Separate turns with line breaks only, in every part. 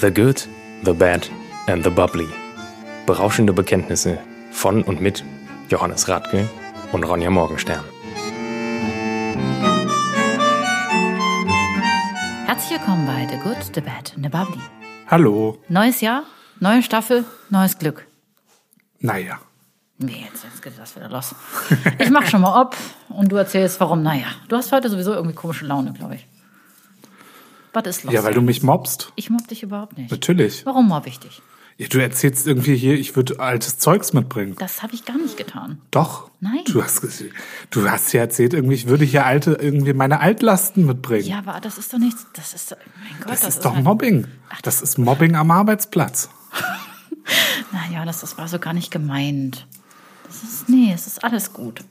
The Good, The Bad and The Bubbly. Berauschende Bekenntnisse von und mit Johannes Radke und Ronja Morgenstern.
Herzlich willkommen bei The Good, The Bad and The Bubbly.
Hallo.
Neues Jahr, neue Staffel, neues Glück.
Naja.
Nee, jetzt, jetzt geht das wieder los. Ich mach schon mal ab und du erzählst warum. Naja, du hast heute sowieso irgendwie komische Laune, glaube ich. Was ist los?
Ja, weil du mich mobst.
ich mobb dich überhaupt nicht.
Natürlich.
Warum mobb ich dich?
Ja, du erzählst irgendwie hier, ich würde altes Zeugs mitbringen.
Das habe ich gar nicht getan.
Doch.
Nein.
Du hast, ges- du hast ja erzählt, irgendwie, ich würde hier alte, irgendwie meine Altlasten mitbringen.
Ja, aber das ist doch nichts. Das ist, mein Gott,
das,
das, halt-
ist doch
mein-
Mobbing. Das ist Mobbing am Arbeitsplatz.
Naja, das, das war so gar nicht gemeint. Das ist, nee, es ist alles gut.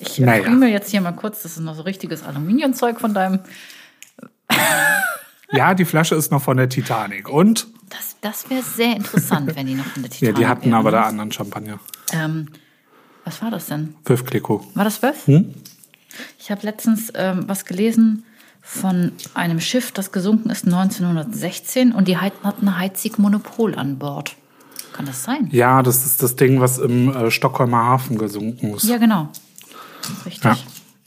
Ich äh,
Naja.
friemel jetzt hier mal kurz, das ist noch so richtiges Aluminiumzeug von deinem.
Ja, die Flasche ist noch von der Titanic. Und?
Das, das wäre sehr interessant, wenn die noch in der
Ja,
Titanic
die hatten
wären.
aber da anderen Champagner.
Ähm, was war das denn?
Fünf Kliko.
War das Wölf?
Hm?
Ich habe letztens ähm, was gelesen von einem Schiff, das gesunken ist 1916 und die hatten hatten Heizig Monopol an Bord. Kann das sein?
Ja, das ist das Ding, was im äh, Stockholmer Hafen gesunken ist.
Ja, genau. Richtig.
Ja.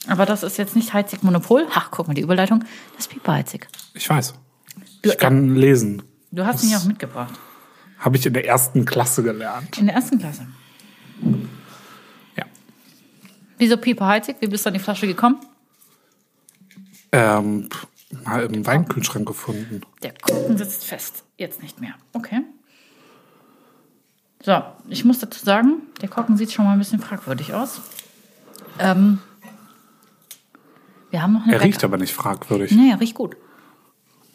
Aber das ist jetzt nicht Heizig Monopol. Ach, guck mal, die Überleitung. Das ist Pieper Heizig.
Ich weiß.
Du- äh,
Ich kann lesen.
Du hast ihn ja auch mitgebracht.
Habe ich in der ersten Klasse gelernt.
In der ersten Klasse.
Ja.
Wieso Pieper Heizig? Wie bist du an die Flasche gekommen?
Ähm, pf, mal im Weinkühlschrank gefunden.
Der Korken sitzt fest. Jetzt nicht mehr. Okay. So, ich muss dazu sagen, der Korken sieht schon mal ein bisschen fragwürdig aus. Ähm, wir haben noch eine
Er riecht
Backup-
aber nicht fragwürdig.
Nee, er riecht gut.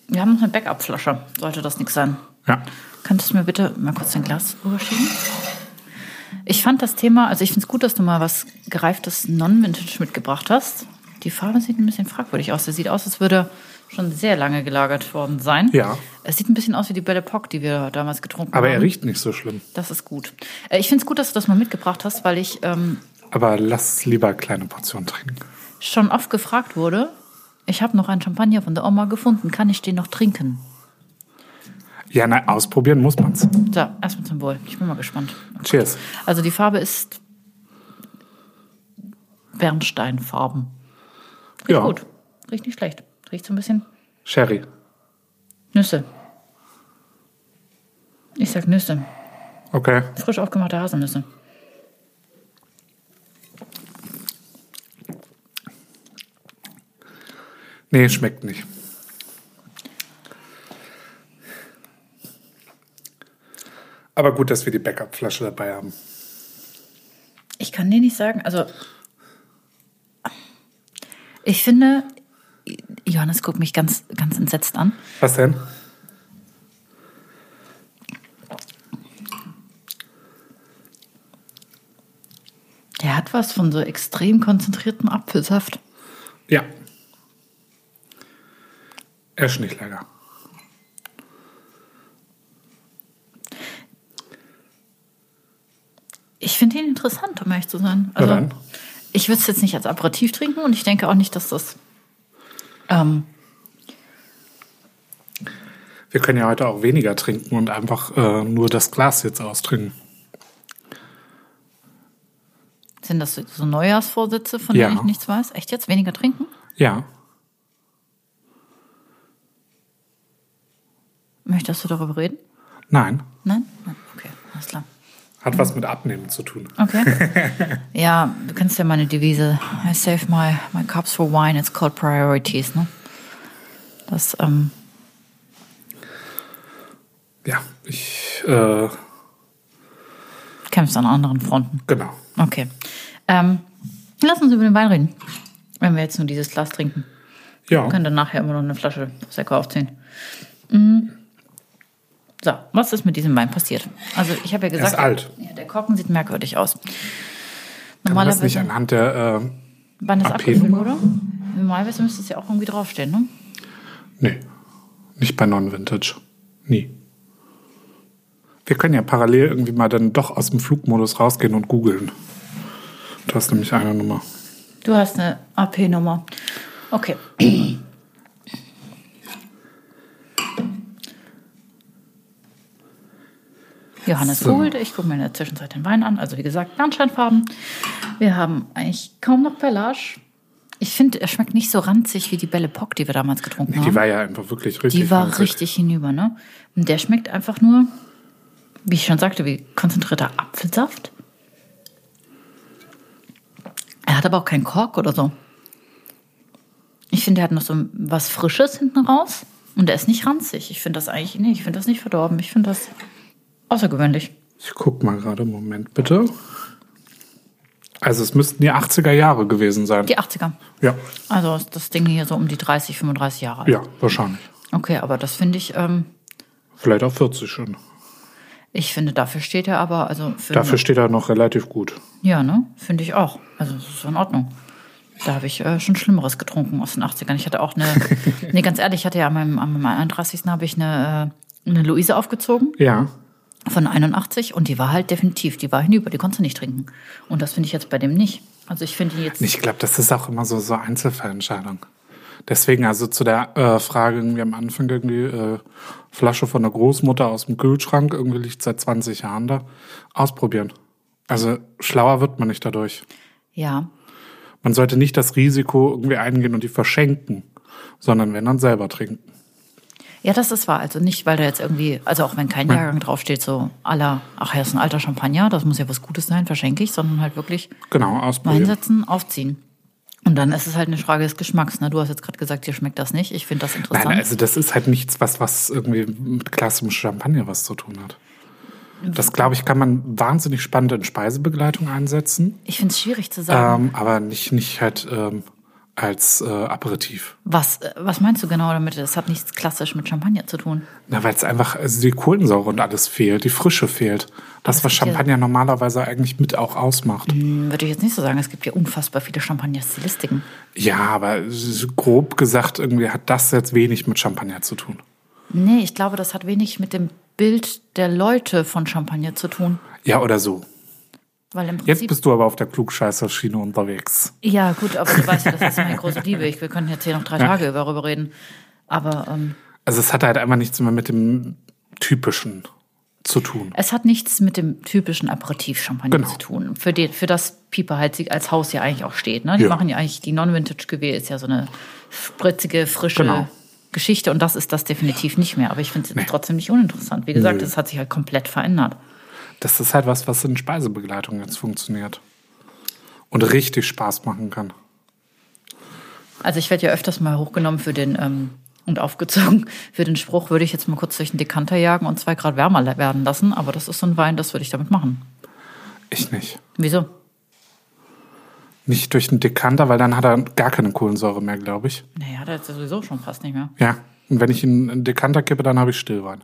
Wir haben noch eine Backup-Flasche. Sollte das nichts sein.
Ja.
Könntest du mir bitte mal kurz dein Glas rüberschieben? Ich fand das Thema, also ich finde es gut, dass du mal was gereiftes Non-Vintage mitgebracht hast. Die Farbe sieht ein bisschen fragwürdig aus. Der sieht aus, als würde schon sehr lange gelagert worden sein.
Ja.
Es sieht ein bisschen aus wie die Belle Pock, die wir damals getrunken
Aber
haben.
er riecht nicht so schlimm.
Das ist gut. Äh, Ich finde es gut, dass du das mal mitgebracht hast, weil ich ähm,
Aber lass lieber kleine Portionen trinken.
schon oft gefragt wurde, ich habe noch einen Champagner von der Oma gefunden, kann ich den noch trinken?
Ja, nein, ausprobieren muss man's.
So, erstmal zum Wohl. Ich bin mal gespannt.
Cheers.
Also die Farbe ist Bernsteinfarben. Riecht
Ja.
gut. Riecht nicht schlecht. Riecht so ein bisschen
Sherry.
Nüsse. Ich sag Nüsse.
Okay.
Frisch aufgemachte Haselnüsse.
Nee, schmeckt nicht. Aber gut, dass wir die Backup-Flasche dabei haben.
Ich kann dir nicht sagen, also ich finde, Johannes guckt mich ganz, ganz entsetzt an.
Was denn?
Der hat was von so extrem konzentriertem Apfelsaft.
Ja. Eschenich-Lager.
Ich finde ihn interessant, um ehrlich zu sein.
Na
Also,
dann.
ich würde es jetzt nicht als Aperitif trinken und ich denke auch nicht, dass das. Ähm,
Wir können ja heute auch weniger trinken und einfach äh, nur das Glas jetzt austrinken.
sind das so Neujahrsvorsätze, von
Ja.
denen ich nichts weiß? Echt jetzt? Weniger trinken?
Ja.
Möchtest du darüber reden?
Nein.
Nein? Nein? Okay, alles klar.
Hat was mit Abnehmen zu tun.
Okay. ja, du kennst ja meine Devise. I save my, my cups for wine. It's called priorities, ne? Das, ähm,
Ja, ich, äh,
kämpfst an anderen Fronten.
genau.
Okay. Ähm, lass uns über den Wein reden. Wenn wir jetzt nur dieses Glas trinken.
Ja,
Können dann nachher immer noch eine Flasche Prosecco aufziehen. Mm. So, was ist mit diesem Wein passiert? Also ich habe ja gesagt,
ist alt.
Ja, der Korken sieht merkwürdig aus.
kann man das nicht
Normalerweise,
anhand der, äh,
wann das
AP
abgefüllt
Nummer?
wurde? Normalerweise müsste es ja auch irgendwie draufstehen, ne?
nee, nicht bei Non-Vintage. Nie. Wir können ja parallel irgendwie mal dann doch aus dem Flugmodus rausgehen und googeln. Du hast nämlich eine Nummer.
Du hast eine AP-Nummer. Okay. Johannes
So.
holte. Ich gucke mir in der Zwischenzeit den Wein an. Also wie gesagt, Bernsteinfarben. Wir haben eigentlich kaum noch Perlage. Ich finde, er schmeckt nicht so ranzig wie die Belle Pock, die wir damals getrunken haben.
Die war ja einfach wirklich richtig.
Die war
ranzig.
richtig hinüber, ne? Und der schmeckt einfach nur, wie ich schon sagte, wie konzentrierter Apfelsaft. Er hat aber auch keinen Kork oder so. Ich finde, er hat noch so was Frisches hinten raus und er ist nicht ranzig. Ich finde das eigentlich, nee, ich finde das nicht verdorben. Ich finde das außergewöhnlich.
Ich guck mal gerade, Moment bitte. Also es müssten die 80er Jahre gewesen sein.
Die 80er.
Ja,
Also ist das Ding hier so um die 30, 35 Jahre alt.
ja, wahrscheinlich.
Okay, aber das finde ich, ähm,
Vielleicht auch 40 schon.
ich finde, dafür steht er aber, also für
Dafür steht er noch relativ gut.
Ja, ne? Finde ich auch. Also, das ist in Ordnung. Da habe ich äh, schon Schlimmeres getrunken aus den 80ern. Ich hatte auch eine, nee, ganz ehrlich, ich hatte ja an meinem, an meinem 31. habe ich eine, äh, eine Luise aufgezogen
Ja,
von 81 und die war halt definitiv, die war hinüber, die konntest du nicht trinken. Und das finde ich jetzt bei dem nicht. Also ich finde jetzt,
ich glaube, das ist auch immer so so Einzelfallentscheidung. Deswegen also zu der äh, Frage irgendwie am Anfang irgendwie äh, Flasche von der Großmutter aus dem Kühlschrank irgendwie liegt seit 20 Jahren da. Ausprobieren. Also schlauer wird man nicht dadurch.
ja,
Man sollte nicht das Risiko irgendwie eingehen und die verschenken, sondern wenn dann selber trinken.
Ja, das ist wahr. Also nicht, weil da jetzt irgendwie, also auch wenn kein Jahrgang draufsteht, so aller, ach, hier ist ein alter Champagner, das muss ja was Gutes sein, verschenke ich, sondern halt wirklich
Genau,
mal
ausprobieren.
hinsetzen, aufziehen. Und dann ist es halt eine Frage des Geschmacks. Ne? Du hast jetzt gerade gesagt, dir schmeckt das nicht. Ich finde das interessant.
Nein, also das ist halt nichts, was, was irgendwie mit klassischem Champagner was zu tun hat. Das, glaube ich, kann man wahnsinnig spannend in Speisebegleitung einsetzen,
ich finde es schwierig zu sagen.
ähm, aber nicht, nicht halt ähm, als äh, Aperitif.
Was, äh, was meinst du genau damit? Das hat nichts klassisch mit Champagner zu tun.
Na, weil es einfach also die Kohlensäure und alles fehlt, die Frische fehlt. Das,
es
was
gibt ja-
Champagner normalerweise eigentlich mit auch ausmacht.
Hm, Würde ich jetzt nicht so sagen. Es gibt ja unfassbar viele Champagner-Stilistiken.
Ja, aber s- grob gesagt, irgendwie hat das jetzt wenig mit Champagner zu tun.
Nee, ich glaube, das hat wenig mit dem Bild der Leute von Champagner zu tun.
Ja, oder so.
Weil im Prinzip.
Jetzt bist du aber auf der Klugscheißer-Schiene unterwegs.
Ja, gut, aber du weißt ja, das ist meine große Liebe. Ich, wir können jetzt hier noch drei Tage darüber reden. Aber ähm,
Also es hat halt einfach nichts mehr mit dem Typischen zu tun.
es hat nichts mit dem typischen Aperitif-Champagner
Genau.
zu tun. Für, den, für das Pieper halt sie- als Haus ja eigentlich auch steht. Ne? Die
Ja.
machen ja eigentlich, die Non-Vintage-Gewehr ist ja so eine spritzige, frische
Genau.
Geschichte. Und das ist das definitiv nicht mehr. Aber ich finde es trotzdem nicht uninteressant. Wie gesagt,
Nö.
es hat sich halt komplett verändert.
Das ist halt was, was in Speisebegleitung jetzt funktioniert. Und richtig Spaß machen kann.
Also ich werde ja öfters mal hochgenommen für den ähm, und aufgezogen für den Spruch, würde ich jetzt mal kurz durch den Dekanter jagen und zwei Grad wärmer le- werden lassen. Aber das ist so ein Wein, das würde ich damit machen.
Ich nicht.
Wieso?
Nicht durch den Dekanter, weil dann hat er gar keine Kohlensäure mehr, glaube ich.
Naja, da ist ja sowieso schon fast nicht mehr.
Ja. Und wenn ich ihn in den Dekanter kippe, dann habe ich Stillwein.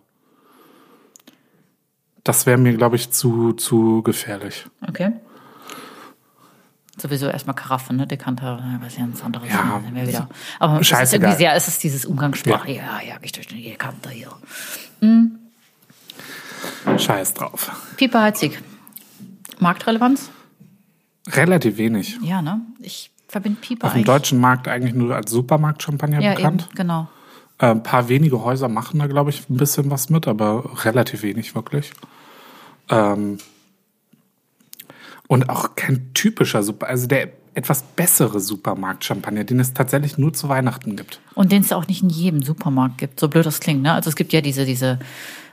Das wäre mir, glaube ich, zu, zu gefährlich.
Okay. Sowieso erstmal Karaffe, ne? Dekanter, äh, was ja nichts anderes.
Ja,
ne? Sind wir wieder. Aber es ist
scheißegal.
irgendwie sehr, es ist dieses Umgangssprache. Ja, ja, ich durch den Dekanter hier.
Scheiß drauf.
Pieper Heizig. Marktrelevanz?
Relativ wenig.
Ja, ne? Ich verbinde Pieper
Auf dem
eigentlich-
deutschen Markt eigentlich nur als Supermarkt-Champagner
ja,
bekannt.
eben, genau.
Äh, Ein paar wenige Häuser machen da, glaube ich, ein bisschen was mit, aber relativ wenig wirklich. Ähm und auch kein typischer Super, also der etwas bessere Supermarkt-Champagner, den es tatsächlich nur zu Weihnachten gibt.
Und den es auch nicht in jedem Supermarkt gibt. So blöd das klingt, ne? Also es gibt ja diese, diese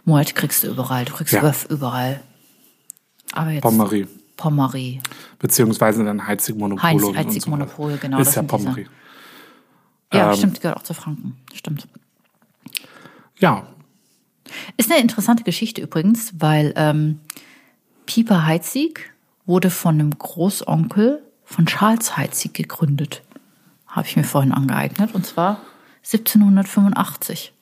Moet kriegst du überall, du kriegst
Ja.
Wöff überall. Aber jetzt
Pommery.
Pommery.
Beziehungsweise dann Heizig Monopol.
Heinz-
und- und
Heizig
sowas.
Monopol, genau, das
Ist ja
sind diese-
Pommery.
Ja,
Ähm.
stimmt, gehört auch zu Franken. Stimmt.
Ja,
Ist eine interessante Geschichte übrigens, weil ähm, Pieper Heitzig wurde von einem Großonkel von Charles Heitzig gegründet. Habe ich mir vorhin angeeignet. Und zwar 1785.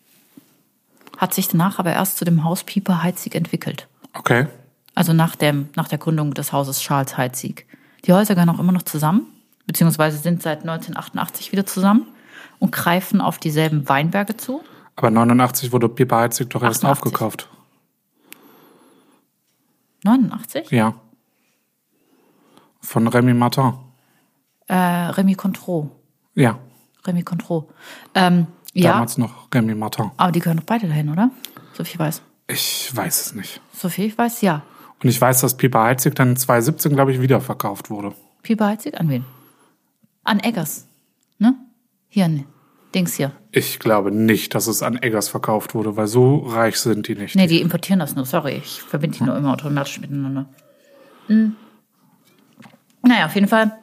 Hat sich danach aber erst zu dem Haus Pieper Heitzig entwickelt.
okay.
Also nach, dem, nach der Gründung des Hauses Charles Heitzig. Die Häuser gehören auch immer noch zusammen, beziehungsweise sind seit 1988 wieder zusammen und greifen auf dieselben Weinberge zu.
Aber 89 wurde Pieper Heizig doch erst
88.
aufgekauft.
89?
Ja. Von Remy Martin.
Äh, Remy Contreau.
Ja,
Remy Contreau. Ähm, ja,
damals noch Remy Martin.
aber die gehören doch beide dahin, oder? So viel ich weiß.
Ich weiß es nicht.
Soviel ich weiß, ja.
Und ich weiß, dass Piper Heizig dann 2017, glaube ich, wiederverkauft wurde.
Piper Heizig an wen? An Eggers. Ne? Hier an Dings hier.
Ich glaube nicht, dass es an Eggers verkauft wurde, weil so reich sind die nicht.
Nee, die importieren das nur. Sorry, ich verbinde die nur immer automatisch miteinander. Hm. Naja, auf jeden Fall.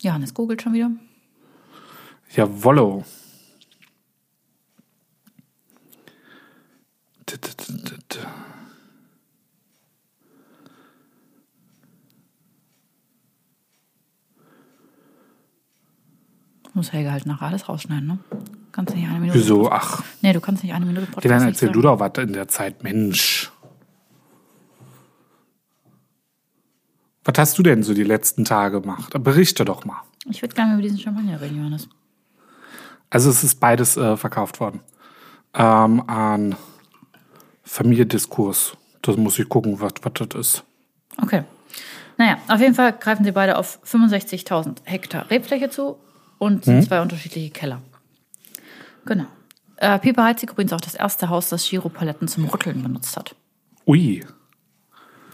Johannes googelt schon wieder.
Jawollo.
Muss Helge halt nachher alles rausschneiden, ne? Kannst nicht eine Minute.
Wieso? Ach,
Nee, du kannst nicht eine Minute Podcast.
dann
nicht
erzähl
sagen.
du doch was in der Zeit, Mensch. Was hast du denn so die letzten Tage gemacht? Berichte doch mal.
Ich würde gerne über diesen Champagner reden, Johannes.
Also es ist beides äh, verkauft worden. Ähm, an Familiendiskurs. Das muss ich gucken, was was das ist.
Okay. Naja, auf jeden Fall greifen sie beide auf 65.000 Hektar Rebfläche zu und sind zwei unterschiedliche Keller. Genau. Äh, Pieper Heizig übrigens auch das erste Haus, das Giropaletten zum Rütteln benutzt hat.
Ui.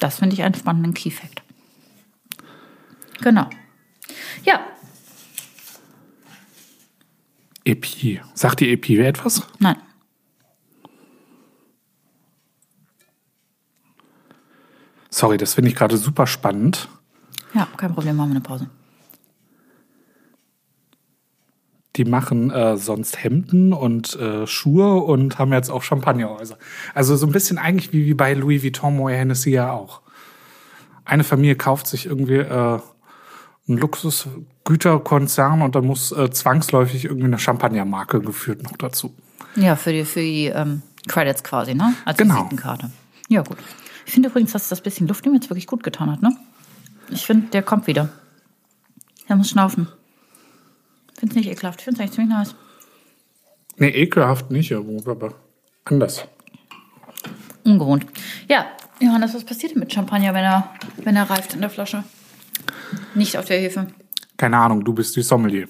Das finde ich einen spannenden Key-Fact. Genau. Ja,
EP. E Sagt die E EP etwas?
nein.
Sorry, das finde ich gerade super spannend.
Ja, kein Problem, machen wir eine Pause.
Die machen äh, sonst Hemden und äh, Schuhe und haben jetzt auch Champagnerhäuser. Also so ein bisschen eigentlich wie, wie bei Louis Vuitton, Moe Hennessy ja auch. Eine Familie kauft sich irgendwie äh, einen Luxusgüterkonzern und dann muss äh, zwangsläufig irgendwie eine Champagnermarke geführt noch dazu.
Ja, für die, für die ähm, Credits quasi, ne? Als
Genau.
Visitenkarte. Ja, gut. Ich finde übrigens, dass das bisschen Luft ihm jetzt wirklich gut getan hat, ne? Ich finde, der kommt wieder. Der muss schnaufen. Finde es nicht ekelhaft. Ich finde es eigentlich ziemlich nice.
Nee, ekelhaft nicht, aber anders.
Ungewohnt. Ja, Johannes, was passiert denn mit Champagner, wenn er, wenn er reift in der Flasche? Nicht auf der Hefe.
Keine Ahnung, du bist die Sommelier.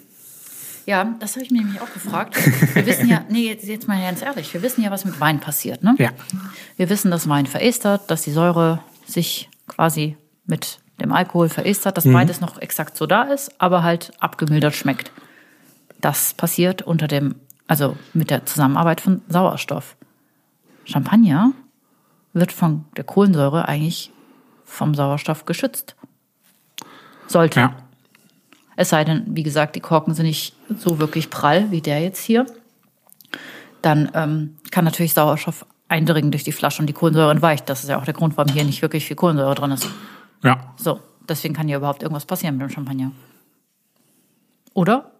Ja, das habe ich mir nämlich auch gefragt. Wir wissen ja, nee, jetzt, jetzt mal ganz ehrlich, wir wissen ja, was mit Wein passiert, ne?
Ja.
Wir wissen, dass Wein verestert, dass die Säure sich quasi mit dem Alkohol verestert, dass beides noch exakt so da ist, aber halt abgemildert schmeckt. Das passiert unter dem, also mit der Zusammenarbeit von Sauerstoff. Champagner wird von der Kohlensäure eigentlich vom Sauerstoff geschützt. Sollte.
Ja.
Es sei denn, wie gesagt, die Korken sind nicht so wirklich prall wie der jetzt hier. Dann ähm, kann natürlich Sauerstoff eindringen durch die Flasche und die Kohlensäure entweicht. Das ist ja auch der Grund, warum hier nicht wirklich viel Kohlensäure drin ist.
Ja.
So, deswegen kann hier überhaupt irgendwas passieren mit dem Champagner. Oder?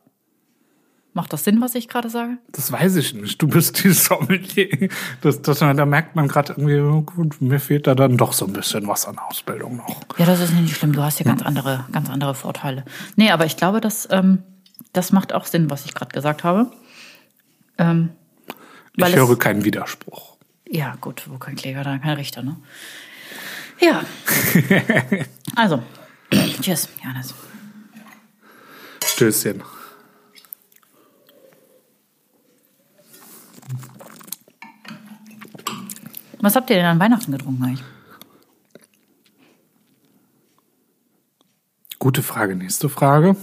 Macht das Sinn, was ich gerade sage?
Das weiß ich nicht. Du bist die Sommelier. Das, das, da merkt man gerade irgendwie, oh gut, mir fehlt da dann doch so ein bisschen was an Ausbildung noch.
Ja, das ist nicht schlimm. Du hast ja ganz andere, ganz andere Vorteile. Nee, aber ich glaube, das, ähm, das macht auch Sinn, was ich gerade gesagt habe. Ähm, weil
ich
es-
höre keinen Widerspruch.
Ja, gut, wo kein Kläger, dann kein Richter, ne? Ja. also, tschüss, Johannes.
Stößchen.
Was habt ihr denn an Weihnachten getrunken eigentlich?
Gute Frage. Nächste Frage.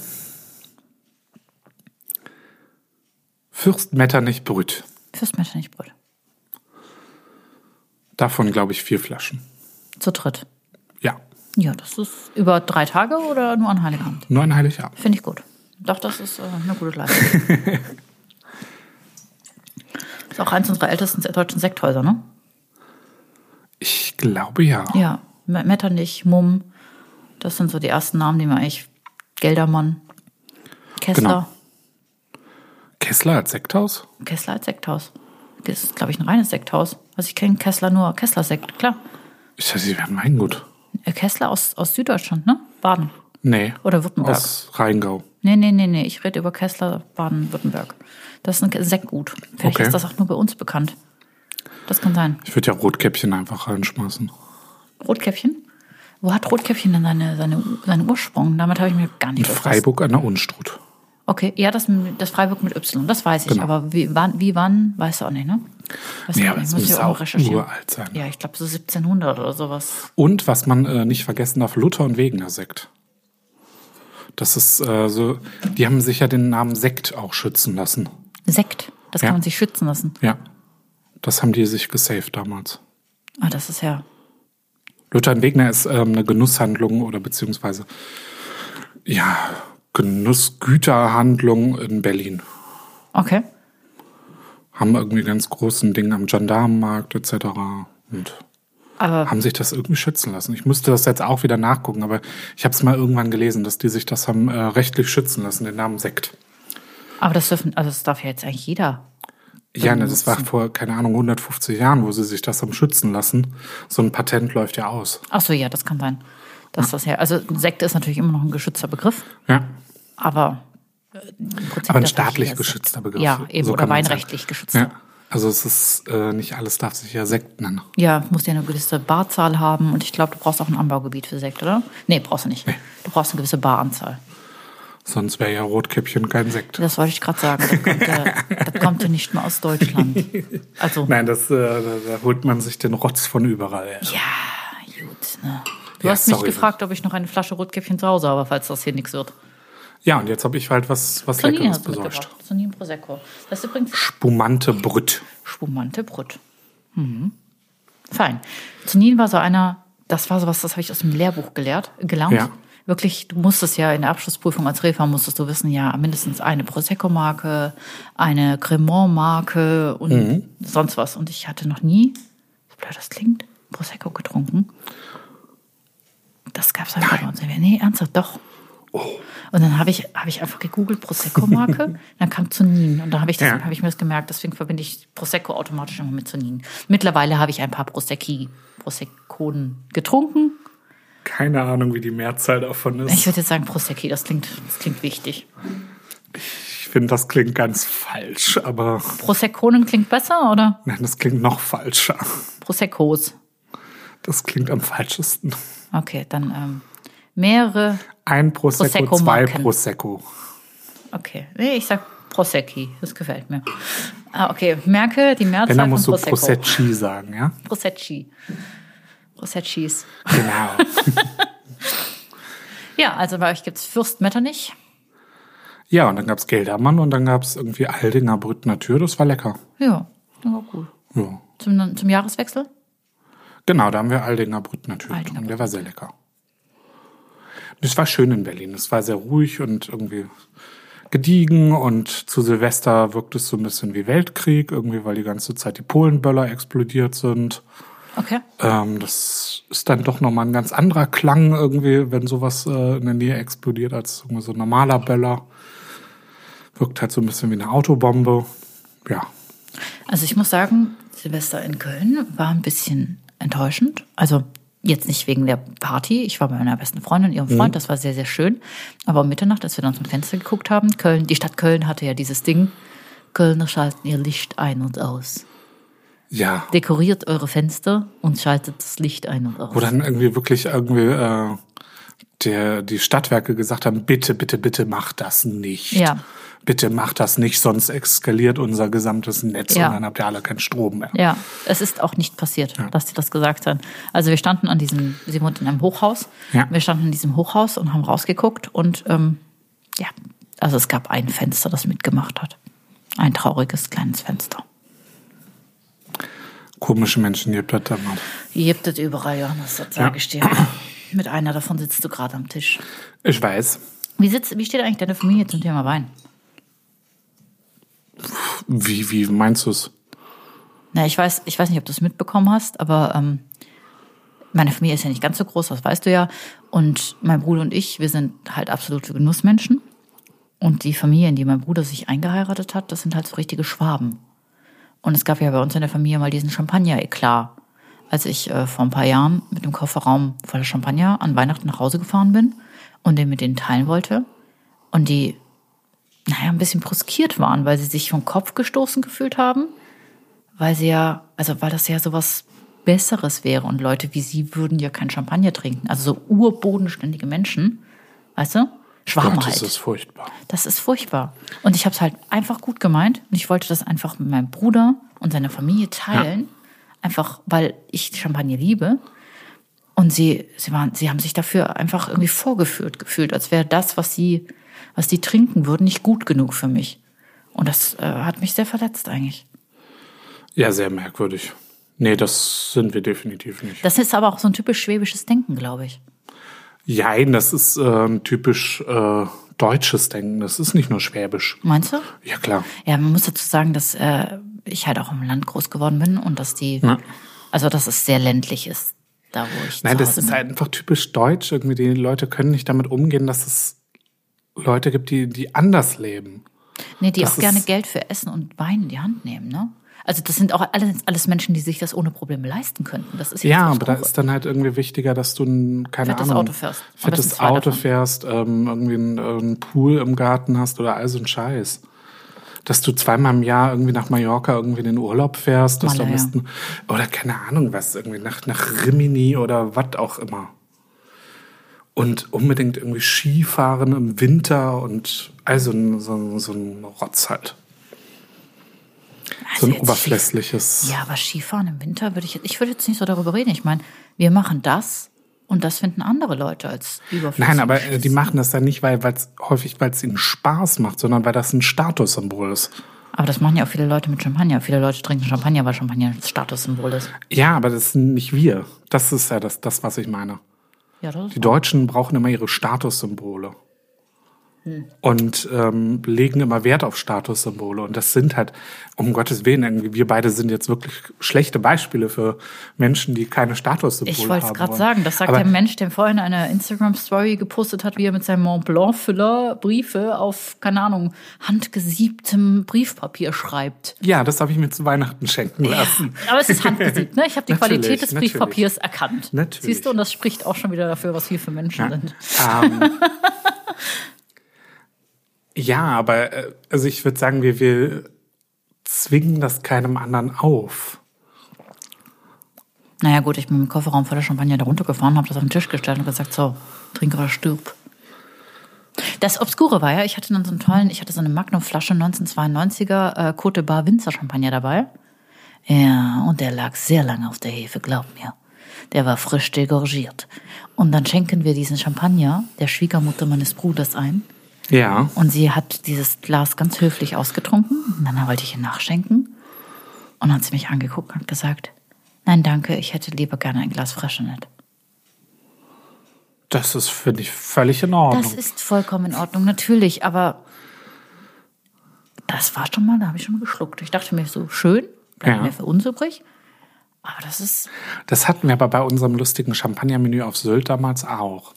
Fürst Metternich Brüt.
Fürs Mädchenbrot.
Davon, glaube ich, vier Flaschen.
Zu dritt.
Ja.
Ja, das ist über drei Tage oder nur an Heiligabend?
Nur ein Heiligabend.
Finde ich gut. Doch, das ist äh, eine gute Leistung. ist auch eins unserer ältesten deutschen Sekthäuser, ne?
Ich glaube ja.
Ja, Me- Metternich, Mumm, das sind so die ersten Namen, die mir eigentlich. Geldermann, Kessler.
Kessler als Sekthaus?
Kessler als Sekthaus. Das ist, glaube ich, ein reines Sekthaus. Also ich kenne Kessler nur Kessler-Sekt, klar.
Ich dachte, sie wären Weingut.
Äh, Kessler aus, aus Süddeutschland, ne? Baden.
Nee.
Oder Württemberg.
Aus Rheingau.
Nee, nee, nee, nee. Ich rede über Kessler, Baden-Württemberg. Das ist ein Ke- Sektgut. Vielleicht
Okay.
ist das auch nur bei uns bekannt. Das kann sein.
Ich würde ja Rotkäppchen einfach reinschmeißen.
Rotkäppchen? Wo hat Rotkäppchen denn seine, seine, seinen Ursprung? Damit habe ich mir gar
In
nicht befasst.
Freiburg an der Unstrut.
Okay, ja, das, das Freiburg mit Y, das weiß ich.
Genau.
Aber wie wann, wie wann, weißt du auch nicht, ne? Weißt du
Nee,
auch
aber
nicht,
es
muss ich
müsste
auch mal
auch
recherchieren.
uralt sein.
Ja, ich glaube so 1700 oder sowas.
Und was man äh, nicht vergessen darf, Luther und Wegener Sekt. Das ist äh, so, die haben sich ja den Namen Sekt auch schützen lassen.
Sekt, das
Ja.
kann man sich schützen lassen.
Ja. Das haben die sich gesaved damals.
Ah, das ist ja
Luther und Wegner ist ähm, eine Genusshandlung oder beziehungsweise ja, Genussgüterhandlung in Berlin.
okay.
Haben irgendwie ganz großen Ding am Gendarmenmarkt etc. Und
Aber
haben sich das irgendwie schützen lassen. Ich müsste das jetzt auch wieder nachgucken, aber ich habe es mal irgendwann gelesen, dass die sich das haben äh, rechtlich schützen lassen, den Namen Sekt.
aber das dürfen, also das darf ja jetzt eigentlich jeder.
Ja, ne, das war vor, keine Ahnung, 150 Jahren, wo sie sich das haben schützen lassen. So ein Patent läuft ja aus.
Ach so, ja, das kann sein. Dass das ja, also Sekte ist natürlich immer noch ein geschützter Begriff,
Ja.
aber äh, im Prinzip
Aber ein
darf
staatlich
jeder
geschützter
Sekt.
Begriff.
Ja, eben
So
oder
kann man sagen.
weinrechtlich geschützter.
ja. Also es ist, äh, nicht alles darf sich ja Sekt nennen.
Ja, musst ja eine gewisse Barzahl haben und ich glaube, du brauchst auch ein Anbaugebiet für Sekt, oder? Nee, brauchst du nicht. Du brauchst eine gewisse Baranzahl.
Sonst wäre ja Rotkäppchen kein Sekt.
Das wollte ich gerade sagen. Das kommt, ja, das kommt ja nicht mal aus Deutschland. Also,
Nein, das, äh, da, da holt man sich den Rotz von überall. Ja.
ja, gut. Ne? Du
Ja,
hast mich
sorry.
gefragt, ob ich noch eine Flasche Rotkäppchen zu Hause habe, falls das hier nichts wird.
ja, und jetzt habe ich halt was, was
Sonin
Leckeres
hast du
besorgt.
mitgebracht. Sonin Prosecco. Das ist übrigens
Spumante Brüt.
spumante Brot. Mhm. Fein. Zunin war so einer, das war sowas, das habe ich aus dem Lehrbuch gelehrt, gelernt.
Ja.
Wirklich, du musstest ja in der Abschlussprüfung als Refa musstest du wissen, ja, mindestens eine Prosecco-Marke, eine Cremant-Marke und
Mhm.
sonst was. Und ich hatte noch nie, so blöd das klingt, Prosecco getrunken. Das gab es einfach bei uns. nicht. Nee, ernsthaft, doch.
Oh.
Und dann habe ich, hab ich einfach gegoogelt Prosecco-Marke, dann kam Zunin. Und dann habe ich, das-
Ja.
hab ich mir das gemerkt, deswegen verbinde ich Prosecco automatisch immer mit Zunin. Mittlerweile habe ich ein paar Prosecchi, Proseccoden getrunken.
Keine Ahnung, wie die Mehrzahl davon ist.
Ich würde jetzt sagen Prosecchi, das klingt, das klingt wichtig.
Ich finde, das klingt ganz falsch, aber
Prosecconen klingt besser oder
nein, das klingt noch falscher.
Proseccos?
Das klingt am falschesten.
Okay, dann ähm, mehrere.
Ein Prosecco, zwei
Prosecco-Marken.
Prosecco.
Okay, nee, ich sag Prosecchi, das gefällt mir. Ah, okay, merke die Mehrzahl
Wenn, dann
von
musst du
Prosecco.
Prosecci sagen, ja?
Prosecchi. Prosecchis.
Genau.
Ja, also bei euch gibt's Fürst Metternich.
ja, und dann gab's Geldermann und dann gab's irgendwie Aldinger Brütner Tür. Das war lecker.
Ja, das war gut.
Ja.
Zum, zum Jahreswechsel?
Genau, da haben wir Aldinger Brüt natürlich.
Aldinger
getrunken. Der war sehr lecker. Es war schön in Berlin. Es war sehr ruhig und irgendwie gediegen und zu Silvester wirkt es so ein bisschen wie Weltkrieg, irgendwie, weil die ganze Zeit die Polenböller explodiert sind.
Okay.
Ähm, das ist dann doch nochmal ein ganz anderer Klang irgendwie, wenn sowas äh, in der Nähe explodiert, als irgendwie so ein normaler Böller. Wirkt halt so ein bisschen wie eine Autobombe. Ja,
Also ich muss sagen, Silvester in Köln war ein bisschen enttäuschend. Also jetzt nicht wegen der Party. Ich war bei meiner besten Freundin und ihrem Freund. Das war sehr, sehr schön. Aber um Mitternacht, als wir dann zum Fenster geguckt haben, Köln, die Stadt Köln hatte ja dieses Ding. Kölner schalten ihr Licht ein und aus.
ja.
Dekoriert eure Fenster und schaltet das Licht ein und aus.
Wo dann irgendwie wirklich irgendwie äh, der, die Stadtwerke gesagt haben, bitte, bitte, bitte macht das nicht.
Ja.
Bitte macht das nicht, sonst eskaliert unser gesamtes Netz
Ja.
und dann habt ihr alle keinen Strom mehr.
Ja, es ist auch nicht passiert, dass die das gesagt haben. Also wir standen an diesem, sie wohnt in einem Hochhaus.
Ja.
Wir standen in diesem Hochhaus und haben rausgeguckt und ähm, ja, also es gab ein Fenster, das mitgemacht hat. Ein trauriges kleines Fenster.
Komische Menschen gibt das da mal.
Ihr habt das überall, Johannes, das sage ich dir. Mit einer davon sitzt du gerade am Tisch.
Ich weiß,
Wie, sitzt, wie steht eigentlich deine Familie zum Thema Wein?
wie, wie meinst du's?
Na, ich weiß, ich weiß nicht, ob du es mitbekommen hast, aber ähm, meine Familie ist ja nicht ganz so groß, das weißt du ja. Und mein Bruder und ich, wir sind halt absolute Genussmenschen. Und die Familie, in die mein Bruder sich eingeheiratet hat, das sind halt so richtige Schwaben. Und es gab ja bei uns in der Familie mal diesen Champagner-Eklat. Als ich äh, vor ein paar Jahren mit dem Kofferraum voller Champagner an Weihnachten nach Hause gefahren bin und den mit denen teilen wollte. Und die, naja, ein bisschen bruskiert waren, weil sie sich vom Kopf gestoßen gefühlt haben weil sie ja, also weil das ja sowas Besseres wäre und Leute wie sie würden ja kein Champagner trinken. Also so urbodenständige Menschen, weißt du? Schwaben
Gott,
halt.
ist das furchtbar.
Das ist furchtbar. Und ich habe es halt einfach gut gemeint und ich wollte das einfach mit meinem Bruder und seiner Familie teilen, einfach weil ich Champagner liebe. Und sie, sie, waren, sie haben sich dafür einfach irgendwie vorgeführt gefühlt, als wäre das, was sie, was sie trinken würden, nicht gut genug für mich. Und das äh, hat mich sehr verletzt eigentlich.
Ja, sehr merkwürdig. Nee, das sind wir definitiv nicht.
Das ist aber auch so ein typisch schwäbisches Denken, glaube ich.
Jein, das ist ähm, typisch äh, deutsches Denken. Das ist nicht nur schwäbisch.
Meinst du?
Ja, klar.
Ja, man muss dazu sagen, dass äh, ich halt auch im Land groß geworden bin und dass die,
Ja.
also dass es sehr ländlich ist, da wo ich
Nein,
zu
das
Hause
ist halt
bin.
einfach typisch deutsch. Irgendwie die Leute können nicht damit umgehen, dass es Leute gibt, die, die anders leben.
Nee, die
das
auch gerne
ist-
Geld für Essen und Wein in die Hand nehmen, ne? Also das sind auch alles, alles Menschen, die sich das ohne Probleme leisten könnten. Das ist jetzt
Ja,
auch
aber da
so.
ist dann halt irgendwie wichtiger, dass du ein, keine
Fettes
Ahnung,
Auto fährst. Am besten
fettes
zwei
Auto
davon.
fährst, ähm, irgendwie einen, äh, einen Pool im Garten hast oder all so ein Scheiß. Dass du zweimal im Jahr irgendwie nach Mallorca irgendwie in den Urlaub fährst, dass du am
Malaya.
besten, oder keine Ahnung was, irgendwie nach, nach Rimini oder was auch immer. Und unbedingt irgendwie Skifahren im Winter und also so, so ein Rotz halt.
Also
so ein
jetzt
oberflächliches.
Ja, aber Skifahren im Winter würde ich jetzt, ich würde jetzt nicht so darüber reden. Ich meine, wir machen das und das finden andere Leute als überflüssig.
Nein, aber äh, die machen das dann nicht, weil es häufig, weil es ihnen Spaß macht, sondern weil das ein Statussymbol ist.
Aber das machen ja auch viele Leute mit Champagner. Viele Leute trinken Champagner, weil Champagner ein Statussymbol ist.
Ja, aber das sind nicht wir. Das ist ja das, das was ich meine.
Ja, das ist
Die Deutschen brauchen immer ihre Statussymbole.
Hm.
Und ähm, legen immer Wert auf Statussymbole. Und das sind halt, um Gottes Willen, irgendwie, wir beide sind jetzt wirklich schlechte Beispiele für Menschen, die keine Statussymbole haben.
Ich wollte es gerade
wollen.
sagen, das sagt
aber,
der Mensch, der vorhin eine Instagram-Story gepostet hat, wie er mit seinem Mont Blanc-Füller Briefe auf, keine Ahnung, handgesiebtem Briefpapier schreibt.
Ja, das habe ich mir zu Weihnachten schenken lassen.
Aber es ist handgesiebt, ne? Ich habe die
Natürlich,
Qualität des
natürlich.
Briefpapiers erkannt.
Natürlich.
Siehst du, und das spricht auch schon wieder dafür, was wir für Menschen sind.
Ähm, ja, aber äh, also ich würde sagen, wir, wir zwingen das keinem anderen auf.
Naja, gut, ich bin mit dem Kofferraum voller Champagner da runtergefahren, habe das auf den Tisch gestellt und gesagt, so, trink oder stirb. Das Obskure war ja, ich hatte dann so einen tollen, ich hatte so eine Magnumflasche 1992er äh, Cote Bar Winzer Champagner dabei. Ja, und der lag sehr lange auf der Hefe, glaub mir. Der war frisch degorgiert. Und dann schenken wir diesen Champagner der Schwiegermutter meines Bruders ein.
Ja.
Und sie hat dieses Glas ganz höflich ausgetrunken. Und dann wollte ich ihr nachschenken. Und dann hat sie mich angeguckt und gesagt, nein, danke, ich hätte lieber gerne ein Glas Freshenet.
Das ist, finde ich, völlig in Ordnung.
Das ist vollkommen in Ordnung, natürlich, aber das war schon mal, da habe ich schon mal geschluckt. Ich dachte mir so, schön, bleibt
Ja.
mir für uns übrig. Aber das ist,
Das hatten wir aber bei unserem lustigen Champagnermenü auf Sylt damals auch.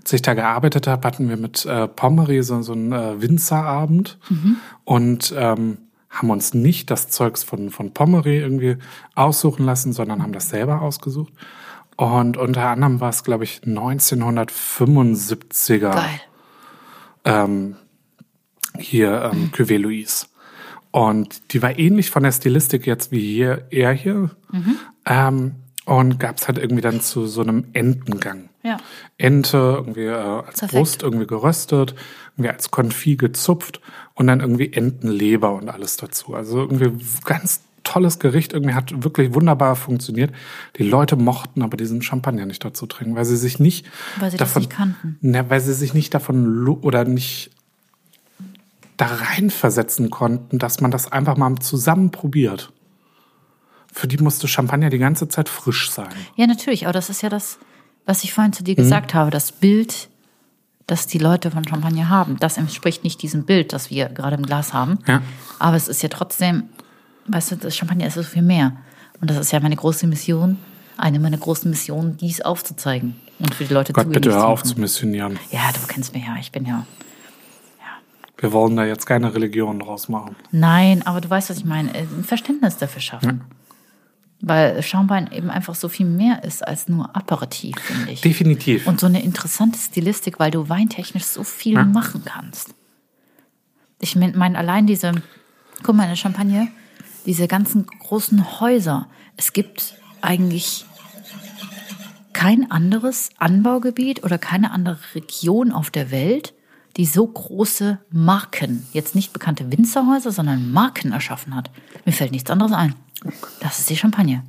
Als ich da gearbeitet habe, hatten wir mit äh, Pommery so, so einen äh, Winzerabend
Mhm.
und ähm, haben uns nicht das Zeugs von, von Pommery irgendwie aussuchen lassen, sondern haben das selber ausgesucht. Und unter anderem war es, glaube ich, 1975er
geil.
hier ähm, Cuvée Louise. Und die war ähnlich von der Stilistik jetzt wie hier, er hier. Ähm, und gab's halt irgendwie dann zu so einem Entengang.
Ja.
Ente irgendwie äh, als
Perfekt.
Brust irgendwie geröstet, irgendwie als Konfit gezupft und dann irgendwie Entenleber und alles dazu. Also irgendwie ganz tolles Gericht, irgendwie hat wirklich wunderbar funktioniert. Die Leute mochten aber diesen Champagner nicht dazu trinken, weil sie sich nicht
Weil sie das
davon
nicht kannten.
Na, weil sie sich nicht davon lo- oder nicht da reinversetzen konnten, dass man das einfach mal zusammen probiert. Für die musste Champagner die ganze Zeit frisch sein.
Ja, natürlich, aber das ist ja das, was ich vorhin zu
Mhm.
dir gesagt habe, das Bild, das die Leute von Champagner haben. Das entspricht nicht diesem Bild, das wir gerade im Glas haben.
Ja.
Aber es ist ja trotzdem, weißt du, das Champagner ist so viel mehr. Und das ist ja meine große Mission, eine meiner großen Missionen, dies aufzuzeigen und für die Leute
Gott, bitte
zugänglich
hör auf
zu
zu
machen.
missionieren.
Ja, du kennst mich ja, ich bin ja.
Wir wollen da jetzt keine Religion draus machen.
Nein, aber du weißt, was ich meine. Äh, Ein Verständnis dafür schaffen. Weil Champagne eben einfach so viel mehr ist als nur Aperitif, finde ich.
Definitiv.
Und so eine interessante Stilistik, weil du weintechnisch so viel machen kannst. Ich meine, mein, allein diese, guck mal, in der Champagne, diese ganzen großen Häuser. Es gibt eigentlich kein anderes Anbaugebiet oder keine andere Region auf der Welt, die so große Marken, jetzt nicht bekannte Winzerhäuser, sondern Marken erschaffen hat. Mir fällt nichts anderes ein. Das ist die Champagne.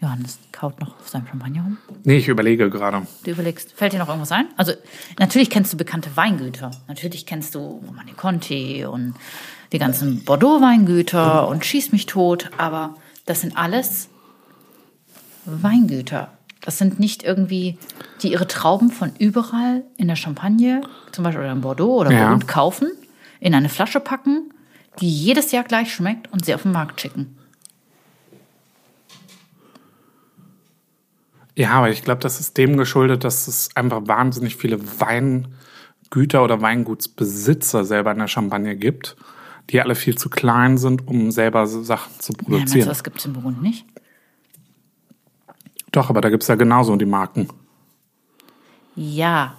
Johannes kaut noch auf seinem Champagner rum.
Nee, ich überlege gerade.
Du überlegst, fällt dir noch irgendwas ein? Also, natürlich kennst du bekannte Weingüter. Natürlich kennst du Romani Conti und die ganzen Bordeaux-Weingüter und Schieß mich tot. Aber das sind alles Weingüter. Das sind nicht irgendwie, die ihre Trauben von überall in der Champagne, zum Beispiel oder in Bordeaux oder
Ja.
Burgund kaufen, in eine Flasche packen, die jedes Jahr gleich schmeckt und sie auf den Markt schicken.
Ja, aber ich glaube, das ist dem geschuldet, dass es einfach wahnsinnig viele Weingüter oder Weingutsbesitzer selber in der Champagne gibt, die alle viel zu klein sind, um selber so Sachen zu
Ja, meinst du,
produzieren.
das gibt es im Burgund nicht?
Doch, aber da gibt's ja genauso die Marken.
Ja.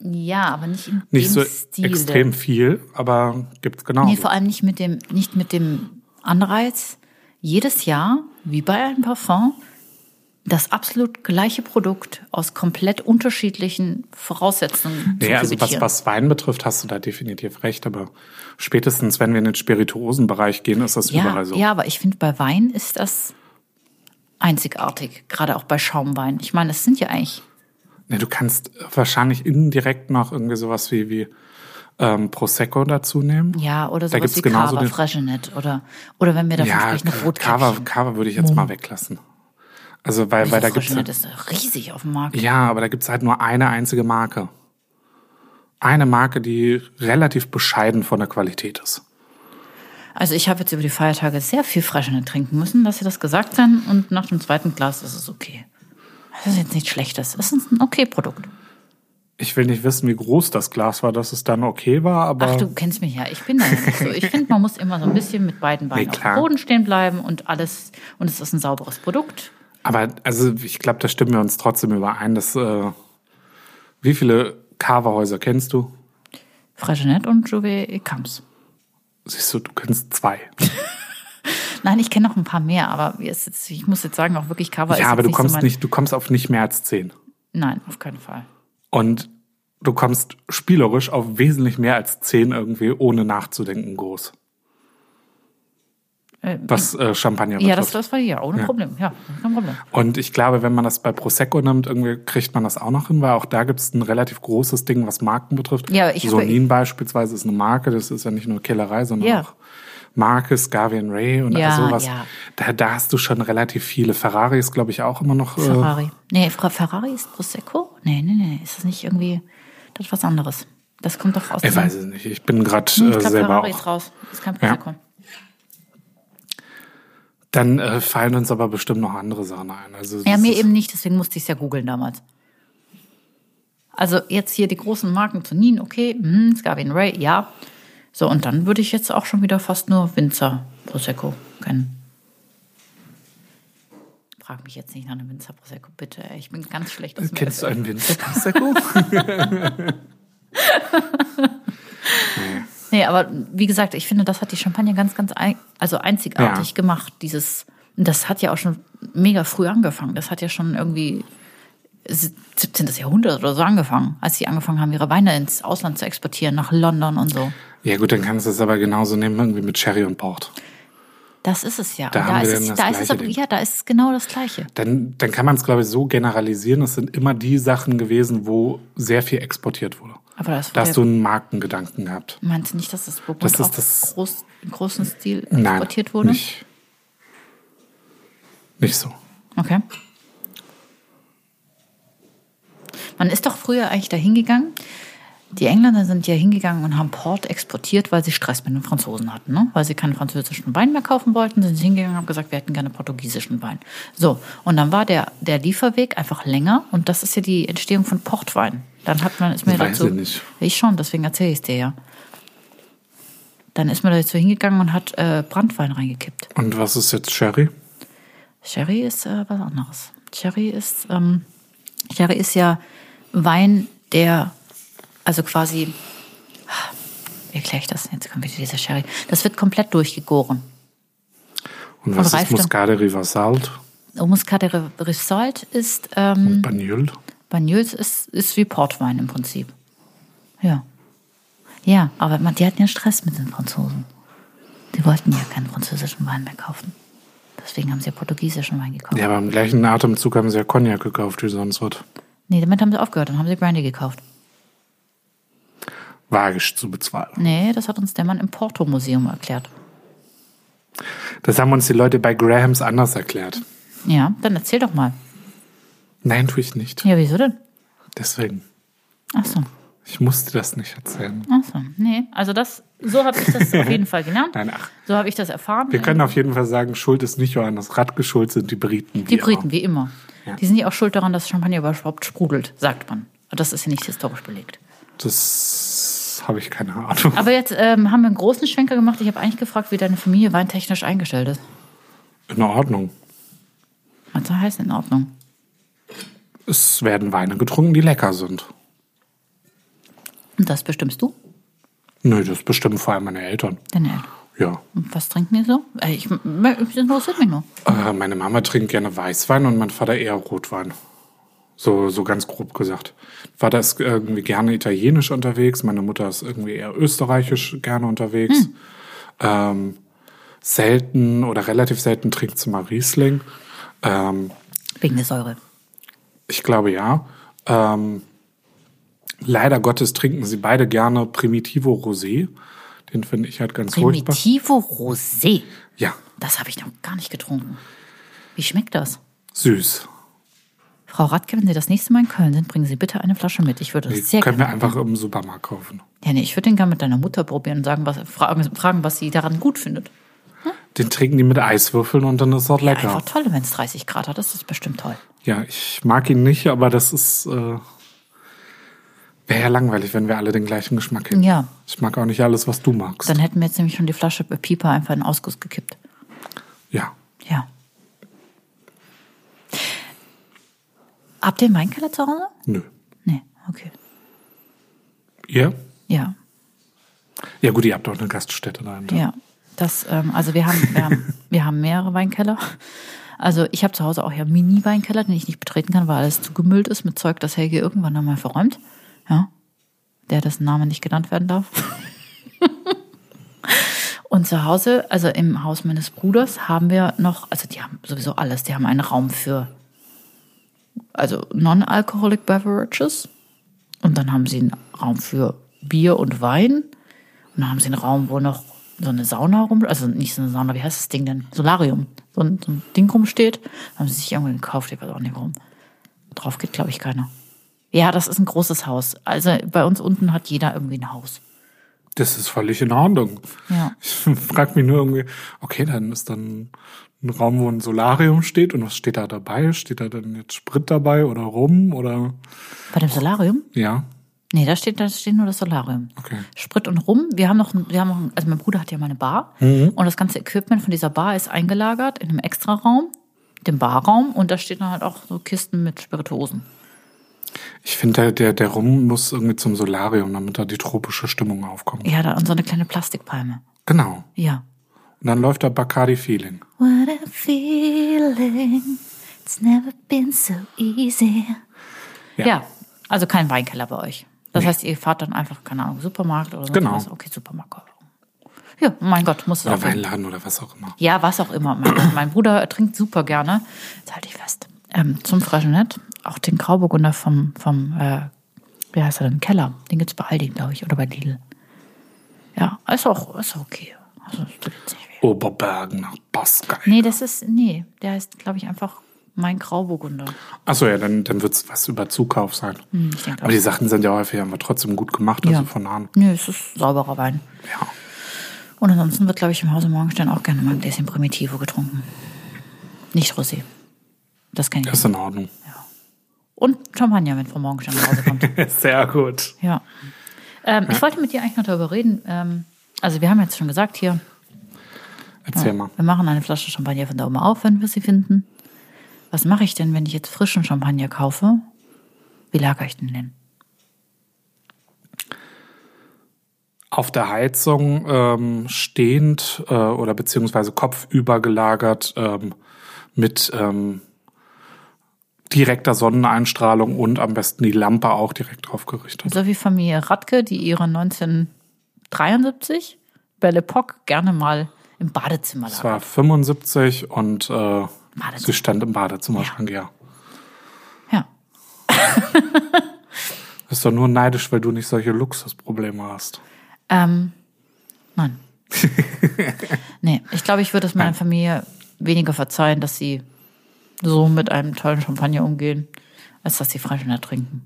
Ja, aber nicht in
Nicht
dem
so
Stile.
extrem viel, aber gibt's genauso.
Nee, vor allem nicht mit dem, nicht mit dem Anreiz, jedes Jahr, wie bei einem Parfum, das absolut gleiche Produkt aus komplett unterschiedlichen Voraussetzungen zu
Nee, also was,
profitieren.
was Wein betrifft, hast du da definitiv recht, aber spätestens, wenn wir in den Spirituosenbereich gehen, ist das
ja,
überall so.
ja, aber ich finde, bei Wein ist das einzigartig, gerade auch bei Schaumwein. Ich meine, es sind ja eigentlich
Nee, du kannst wahrscheinlich indirekt noch irgendwie sowas wie, wie ähm, Prosecco dazu nehmen.
ja oder
Da
sowas
gibt's
wie
genauso
Cava,
den-
Fregenet oder oder wenn wir davon
Ja,
sprechen, noch
Kava,
Rotkäppchen.
Kava würde ich jetzt mal weglassen. Also, weil, weil da gibt's
Fregenet ist riesig auf dem Markt.
Ja, aber da gibt's halt nur eine einzige Marke. Eine Marke, die relativ bescheiden von der Qualität ist.
Also ich habe jetzt über die Feiertage sehr viel Freischnitz trinken müssen, dass sie das gesagt haben. Und nach dem zweiten Glas ist es okay. Das ist jetzt nichts Schlechtes. Es ist ein okay Produkt.
Ich will nicht wissen, wie groß das Glas war, dass es dann okay war, aber
Ach, du kennst mich ja. Ich bin da ja nicht so. Ich finde, man muss immer so ein bisschen mit beiden Beinen
Nee,
auf dem
klar.
Boden stehen bleiben und alles. Und es ist ein sauberes Produkt.
Aber also ich glaube, da stimmen wir uns trotzdem überein, dass äh, wie viele Carverhäuser kennst du?
Freischnitz und Jouvet Camps.
Siehst du, du kennst zwei.
Nein, ich kenne noch ein paar mehr, aber mir ist jetzt, ich muss jetzt sagen, auch wirklich Cover ist
ja, aber
jetzt
du
nicht
kommst
so mein,
nicht, du kommst auf nicht mehr als zehn.
Nein, auf keinen Fall.
Und du kommst spielerisch auf wesentlich mehr als zehn irgendwie, ohne nachzudenken groß. Was äh, Champagner
Ja, das,
betrifft.
das war ja ohne Problem. Ja, kein Problem.
Und ich glaube, wenn man das bei Prosecco nimmt, irgendwie kriegt man das auch noch hin, weil auch da gibt es ein relativ großes Ding, was Marken betrifft.
Ja, aber ich habe-
Sonin beispielsweise ist eine Marke, das ist ja nicht nur Kellerei, sondern
Ja.
auch Marke, Scavian Ray und
Ja,
sowas.
ja.
Da, da hast du schon relativ viele. Ferrari ist, glaube ich, auch immer noch. Äh,
Ferrari. Nee, Fra Ferrari ist Prosecco? Nee, nee, nee. Ist das nicht irgendwie. Das ist was anderes. Das kommt doch raus.
ich weiß es nicht. Ich bin gerade
Hm,
äh,
ich glaube,
selber
Ferrari
auch.
ist raus. Ist kein
Ja.
Prosecco.
Dann äh, fallen uns aber bestimmt noch andere Sachen ein. Also
Ja,
das
mir
ist-
eben nicht, deswegen musste ich es ja googeln damals. Also jetzt hier die großen Marken zu Nien, okay, hm, Scavian Ray, ja. So, und dann würde ich jetzt auch schon wieder fast nur Winzer Prosecco kennen. Frag mich jetzt nicht nach einem Winzer Prosecco, bitte. ey. Ich bin ganz schlecht. aus dem
äh, Kennst du
Öffnen.
einen Winzer Prosecco?
Nee, aber wie gesagt, ich finde, das hat die Champagne ganz, ganz ein, also einzigartig
Ja.
gemacht. Dieses, und das hat ja auch schon mega früh angefangen. Das hat ja schon irgendwie 17. Jahrhundert oder so angefangen, als sie angefangen haben, ihre Weine ins Ausland zu exportieren, nach London und so.
ja, gut, dann kannst du es aber genauso nehmen, irgendwie mit Sherry und Port.
Das ist es ja.
Da
und
haben
ist
wir
es,
dann das
da ist es
gleiche
aber,
Ding.
ja, da ist es genau das Gleiche.
dann, dann kann man es, glaube ich, so generalisieren. Es sind immer die Sachen gewesen, wo sehr viel exportiert wurde.
Aber das
da hast du
wurde-
einen Markengedanken gehabt.
Meinst du nicht, dass das Burgund
Das ist
auch
das-
groß, im großen Stil
Nein,
exportiert wurde?
Nicht, nicht so.
Okay. Man ist doch früher eigentlich da hingegangen. Die Engländer sind ja hingegangen und haben Port exportiert, weil sie Stress mit den Franzosen hatten. Ne? Weil sie keinen französischen Wein mehr kaufen wollten, sind sie hingegangen und haben gesagt, wir hätten gerne portugiesischen Wein. So, und dann war der, der Lieferweg einfach länger und das ist ja die Entstehung von Portwein. Dann hat man, ist mir
Weiß
dazu.
ich nicht.
Ich schon, deswegen erzähle ich es dir ja. Dann ist man dazu hingegangen und hat äh, Brandwein reingekippt.
Und was ist jetzt Sherry?
Sherry ist äh, was anderes. Sherry ist, ähm, Sherry ist ja Wein, der, also quasi, wie erkläre ich das? Jetzt kommt wieder dieser Sherry. Das wird komplett durchgegoren.
Und was
Reife.
ist Muscade River Salt?
Muscatelle Result ist, ähm,
Banyol.
Bagnols ist, ist wie Portwein im Prinzip. Ja. Ja, aber man, die hatten ja Stress mit den Franzosen. Die wollten ja keinen französischen Wein mehr kaufen. Deswegen haben sie ja portugiesischen Wein gekauft.
Ja, aber im gleichen Atemzug haben sie ja Cognac gekauft, wie sonst was.
Nee, damit haben sie aufgehört und haben sie Brandy gekauft.
Wage ich zu bezweifeln.
Nee, das hat uns der Mann im Porto-Museum erklärt.
Das haben uns die Leute bei Grahams anders erklärt.
Ja, dann erzähl doch mal.
Nein, tue ich nicht.
Ja, wieso denn?
Deswegen.
Ach so.
Ich musste das nicht erzählen.
Ach so. Nee, also das, so habe ich das auf jeden Fall gelernt.
Nein, ach.
So habe ich das erfahren.
Wir können auf jeden Fall sagen, Schuld ist nicht Johannes Radke, schuld sind die Briten.
Die
wie
Briten,
immer.
wie immer. Die sind ja auch schuld daran, dass Champagner überhaupt sprudelt, sagt man. Und Das ist ja nicht historisch belegt.
Das habe ich keine Ahnung.
Aber jetzt ähm, haben wir einen großen Schwenker gemacht. Ich habe eigentlich gefragt, wie deine Familie weintechnisch eingestellt ist.
In Ordnung.
Was soll heißen, in Ordnung.
Es werden Weine getrunken, die lecker sind.
Und das bestimmst du,
Nö, das bestimmen vor allem meine Eltern.
deine Eltern.
Ja.
Und was trinken die so? Äh, Ich, das interessiert mich nur.
Äh, meine Mama trinkt gerne Weißwein und mein Vater eher Rotwein. So, so ganz grob gesagt. Vater ist irgendwie gerne italienisch unterwegs, meine Mutter ist irgendwie eher österreichisch gerne unterwegs. Ähm, selten oder relativ selten trinkt sie mal Riesling. Ähm,
Wegen der Säure.
ich glaube ja. Ähm, leider Gottes trinken sie beide gerne Primitivo Rosé. Den finde ich halt ganz furchtbar.
Primitivo Rosé.
Ja,
Das habe ich noch gar nicht getrunken. Wie schmeckt das?
süß.
Frau Radke, wenn Sie das nächste Mal in Köln sind, bringen Sie bitte eine Flasche mit. Ich würde das
Die
sehr
können
gerne.
wir einfach im Supermarkt kaufen.
Ja, nee, ich würde den gerne mit deiner Mutter probieren und sagen, was, fragen, fragen, was sie daran gut findet.
Den trinken die mit Eiswürfeln und dann ist er lecker.
Einfach toll, wenn es 30 Grad hat. Das ist bestimmt toll.
Ja, ich mag ihn nicht, aber das ist. Äh, Wäre ja langweilig, wenn wir alle den gleichen Geschmack hätten.
Ja.
Ich mag auch nicht alles, was du magst.
Dann hätten wir jetzt nämlich schon die Flasche Pieper einfach in den Ausguss gekippt.
ja.
Ja. Habt ihr einen Weinkeller zu Hause?
Nö.
Nee, okay.
Ihr?
Ja,
Ja, gut, ihr habt auch eine Gaststätte dahinter.
Ja, das, ähm, also wir haben, wir, haben, wir haben mehrere Weinkeller. Also ich habe zu Hause auch ja einen Mini-Weinkeller, den ich nicht betreten kann, weil alles zugemüllt ist mit Zeug, das Helge irgendwann einmal verräumt. Ja, der dessen Name nicht genannt werden darf. Und zu Hause, also im Haus meines Bruders, haben wir noch, also die haben sowieso alles, die haben einen Raum für, also non-alcoholic beverages. Und dann haben sie einen Raum für Bier und Wein. Und dann haben sie einen Raum, wo noch so eine Sauna rum, also nicht so eine Sauna, wie heißt das Ding denn? Solarium. So ein, so ein Ding rumsteht. Haben sie sich irgendwo gekauft, ich weiß auch nicht warum. Drauf geht, glaube ich, keiner. Ja, das ist ein großes Haus. Also bei uns unten hat jeder irgendwie ein Haus.
Das ist völlig in Ordnung.
Ja.
Ich frag mich nur irgendwie, okay, dann ist dann ein Raum, wo ein Solarium steht und was steht da dabei? Steht da dann jetzt Sprit dabei oder rum oder?
Bei dem Solarium?
Ja.
Nee, da steht, da steht nur das Solarium.
Okay.
Sprit und Rum. Wir haben noch, ein- wir haben noch, ein- also mein Bruder hat ja mal eine Bar und das ganze Equipment von dieser Bar ist eingelagert in einem Extraraum, dem Barraum und da steht dann halt auch so Kisten mit Spirituosen.
Ich finde, der, der, der Rum muss irgendwie zum Solarium, damit da die tropische Stimmung aufkommt.
Ja, da und so eine kleine Plastikpalme.
Genau.
Ja.
Und dann läuft da Bacardi Feeling.
What a feeling. It's never been so easy.
Ja. Also kein Weinkeller bei euch. Das heißt, ihr fahrt dann einfach, keine Ahnung, Supermarkt oder so.
Genau.
Was. Okay, Supermarkt. Ja, mein Gott, muss es
Oder
auch. geben.
Weinladen oder was auch immer.
Ja, was auch immer. Mein, mein Bruder trinkt super gerne. Jetzt halte ich fest. Ähm, zum Frechonett. Auch den Grauburgunder vom, vom äh, wie heißt er denn? Keller. Den gibt's bei Aldi, glaube ich, oder bei Lidl. Ja, ist auch, ist auch okay. Also, das tut jetzt nicht weh.
Oberbergen nach Baskai.
Nee, das ist, nee, der heißt, glaube ich, einfach mein Grauburgunder.
Achso, ja, dann, dann wird's was über Zukauf sein.
Hm, ich denk auch.
Aber die Sachen sind ja häufig aber trotzdem gut gemacht, also
Ja.
von an.
Nö, es ist sauberer Wein.
Ja.
Und ansonsten wird, glaube ich, im Hause Morgenstern auch gerne mal ein Gläschen Primitivo getrunken. Nicht Rosé. Das kenne ich.
Ist in Ordnung.
Und Champagner, wenn Frau Morgenstern nach Hause kommt.
Sehr gut.
ja. Ähm, ich wollte mit dir eigentlich noch darüber reden. Ähm, also wir haben jetzt schon gesagt hier,
Erzähl mal.
wir machen eine Flasche Champagner von da oben auf, wenn wir sie finden. Was mache ich denn, wenn ich jetzt frischen Champagner kaufe? Wie lagere ich den denn?
Auf der Heizung ähm, stehend äh, oder beziehungsweise kopfüber gelagert ähm, mit ähm, direkter Sonneneinstrahlung und am besten die Lampe auch direkt drauf gerichtet.
So wie Familie Radke, die ihre 1973 Belle Epoque gerne mal im Badezimmer
Es
lag.
war 75 und äh, sie stand im Badezimmerschrank, ja.
Ja.
Bist doch nur neidisch, weil du nicht solche Luxusprobleme hast.
Ähm, nein. nee, ich glaube, ich würde es meiner
Nein.
Familie weniger verzeihen, dass sie so mit einem tollen Champagner umgehen, als dass sie Freischneider trinken.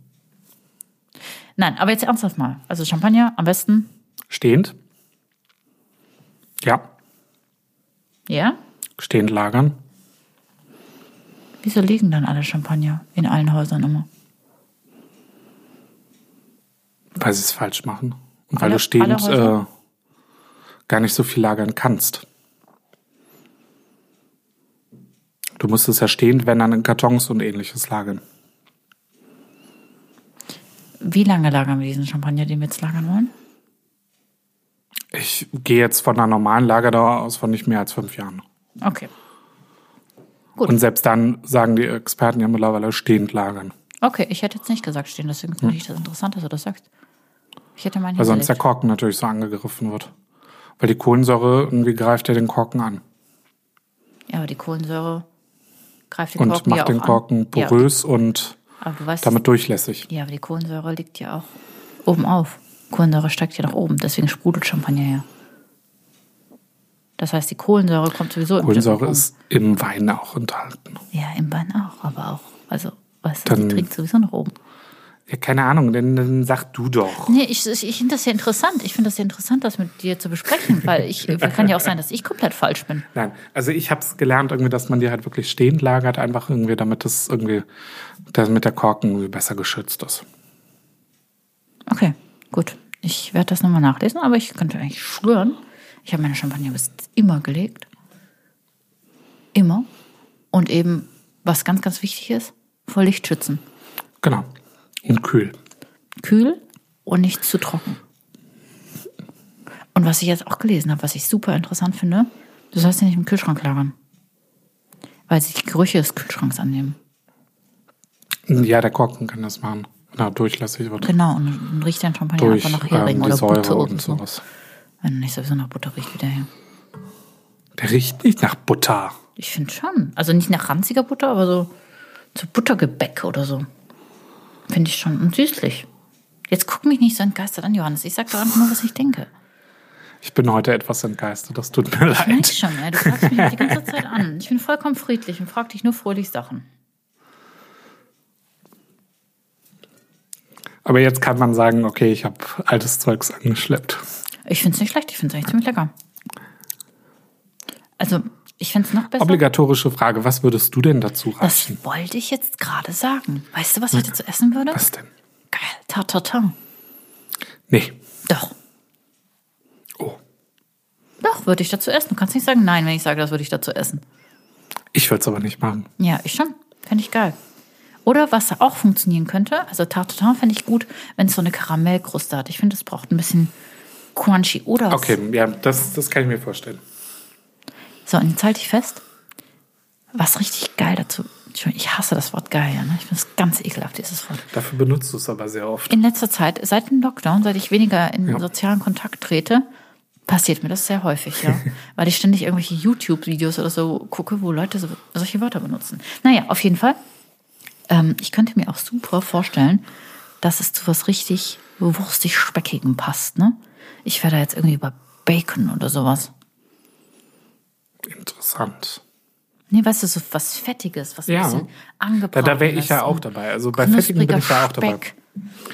Nein, aber jetzt ernsthaft mal. Also Champagner am besten,
Stehend? Ja,
ja?
stehend lagern.
Wieso liegen dann alle Champagner in allen Häusern immer?
Weil sie es falsch machen. Und weil
Alle-
du stehend
alle
äh,
Häuser?
gar nicht so viel lagern kannst. Du musst es ja stehend, wenn dann in Kartons und ähnliches lagern.
Wie lange lagern wir diesen Champagner, den wir jetzt lagern wollen?
Ich gehe jetzt von einer normalen Lagerdauer aus von nicht mehr als fünf Jahren.
Okay, Gut.
Und selbst dann sagen die Experten ja mittlerweile stehend lagern.
okay, ich hätte jetzt nicht gesagt stehen, deswegen finde ich das interessant, dass du das sagst. Ich hätte meinen
Hm. Weil sonst der
hingelegt.
Korken natürlich so angegriffen wird. Weil die Kohlensäure irgendwie greift ja den Korken an
Ja, aber die Kohlensäure greift den
und
Korken ja
macht
auch
den
an.
Korken porös und
Ja, aber du weißt,
damit durchlässig.
ja, aber die Kohlensäure liegt ja auch oben auf. Kohlensäure steigt ja nach oben, deswegen sprudelt Champagner ja. Das heißt, die Kohlensäure kommt sowieso im
Kohlensäure
Champagner.
ist im Wein auch enthalten.
Ja, im Wein auch, aber auch. Also, weißt du,
Dann-
die trinkt sowieso nach oben.
Ja, keine Ahnung, denn dann sag du doch.
Nee, ich, ich, ich finde das ja interessant. Ich finde das ja interessant, das mit dir zu besprechen, weil ich kann ja auch sein, dass ich komplett falsch bin.
Nein, also ich habe es gelernt, irgendwie, dass man die halt wirklich stehend lagert, einfach irgendwie, damit das irgendwie, damit der Korken irgendwie besser geschützt ist.
Okay, gut. Ich werde das nochmal nachlesen, aber ich könnte eigentlich schwören, ich habe meine Champagner bis jetzt immer gelegt. Immer. Und eben, was ganz, ganz wichtig ist, vor Licht schützen.
Genau. Und kühl.
Kühl und nicht zu trocken. Und was ich jetzt auch gelesen habe, was ich super interessant finde, du sollst sie nicht im Kühlschrank lagern. Weil sie die Gerüche des Kühlschranks annehmen.
Ja, der Korken kann das machen. Wenn er durchlässig wird.
Genau, und dann riecht dein Champagner
Durch
einfach nach
ähm,
Hering
die
oder
Säure
Butter
und
und so.
sowas.
Wenn er nicht sowieso nach Butter riecht, wieder her.
Der riecht nicht nach Butter.
Ich finde schon. Also nicht nach ranziger Butter, aber so zu Buttergebäck oder so. Finde ich schon und süßlich. Jetzt guck mich nicht so entgeistert an, Johannes. Ich sag doch einfach nur, was ich denke.
Ich bin heute etwas entgeistert, das tut mir
Ich merke
leid.
schon, ey. du fragst mich die ganze Zeit an. Ich bin vollkommen friedlich und frag dich nur fröhlich Sachen.
Aber jetzt kann man sagen, okay, ich habe altes Zeugs angeschleppt.
Ich finde es nicht schlecht, ich finde es eigentlich ziemlich lecker. Also, ich finde es noch besser.
Obligatorische Frage, was würdest du denn dazu raten?
das wollte ich jetzt gerade sagen. Weißt du, was ich dazu essen würde?
Was denn?
Geil, Tartatin.
Nee.
Doch,
Oh.
doch, würde ich dazu essen. Du kannst nicht sagen nein, wenn ich sage, das würde ich dazu essen.
Ich würde es aber nicht machen.
Ja, ich schon. Fände ich geil. Oder was auch funktionieren könnte, also Tarte Tartin fände ich gut, wenn es so eine Karamellkruste hat. Ich finde, es braucht ein bisschen crunchy oder
Okay, ja, das, das kann ich mir vorstellen.
So, und jetzt halte ich fest, was richtig geil dazu. Entschuldigung, Ich hasse das Wort geil, ja, ne? Ich finde es ganz ekelhaft, dieses Wort.
Dafür benutzt du es aber sehr oft.
In letzter Zeit, seit dem Lockdown, seit ich weniger in
Ja.
sozialen Kontakt trete, passiert mir das sehr häufig, ja. Weil ich ständig irgendwelche YouTube-Videos oder so gucke, wo Leute so, solche Wörter benutzen. Naja, auf jeden Fall. Ähm, ich könnte mir auch super vorstellen, dass es zu was richtig wurstig-speckigem passt, ne? Ich wäre da jetzt irgendwie über Bacon oder sowas.
Interessant.
Nee, weißt du, so was Fettiges, was
Ja.
ein bisschen angebraten
Da, da wäre ich ja
ist.
auch dabei. Also bei Fettigen bin ich ja auch dabei.
Speck.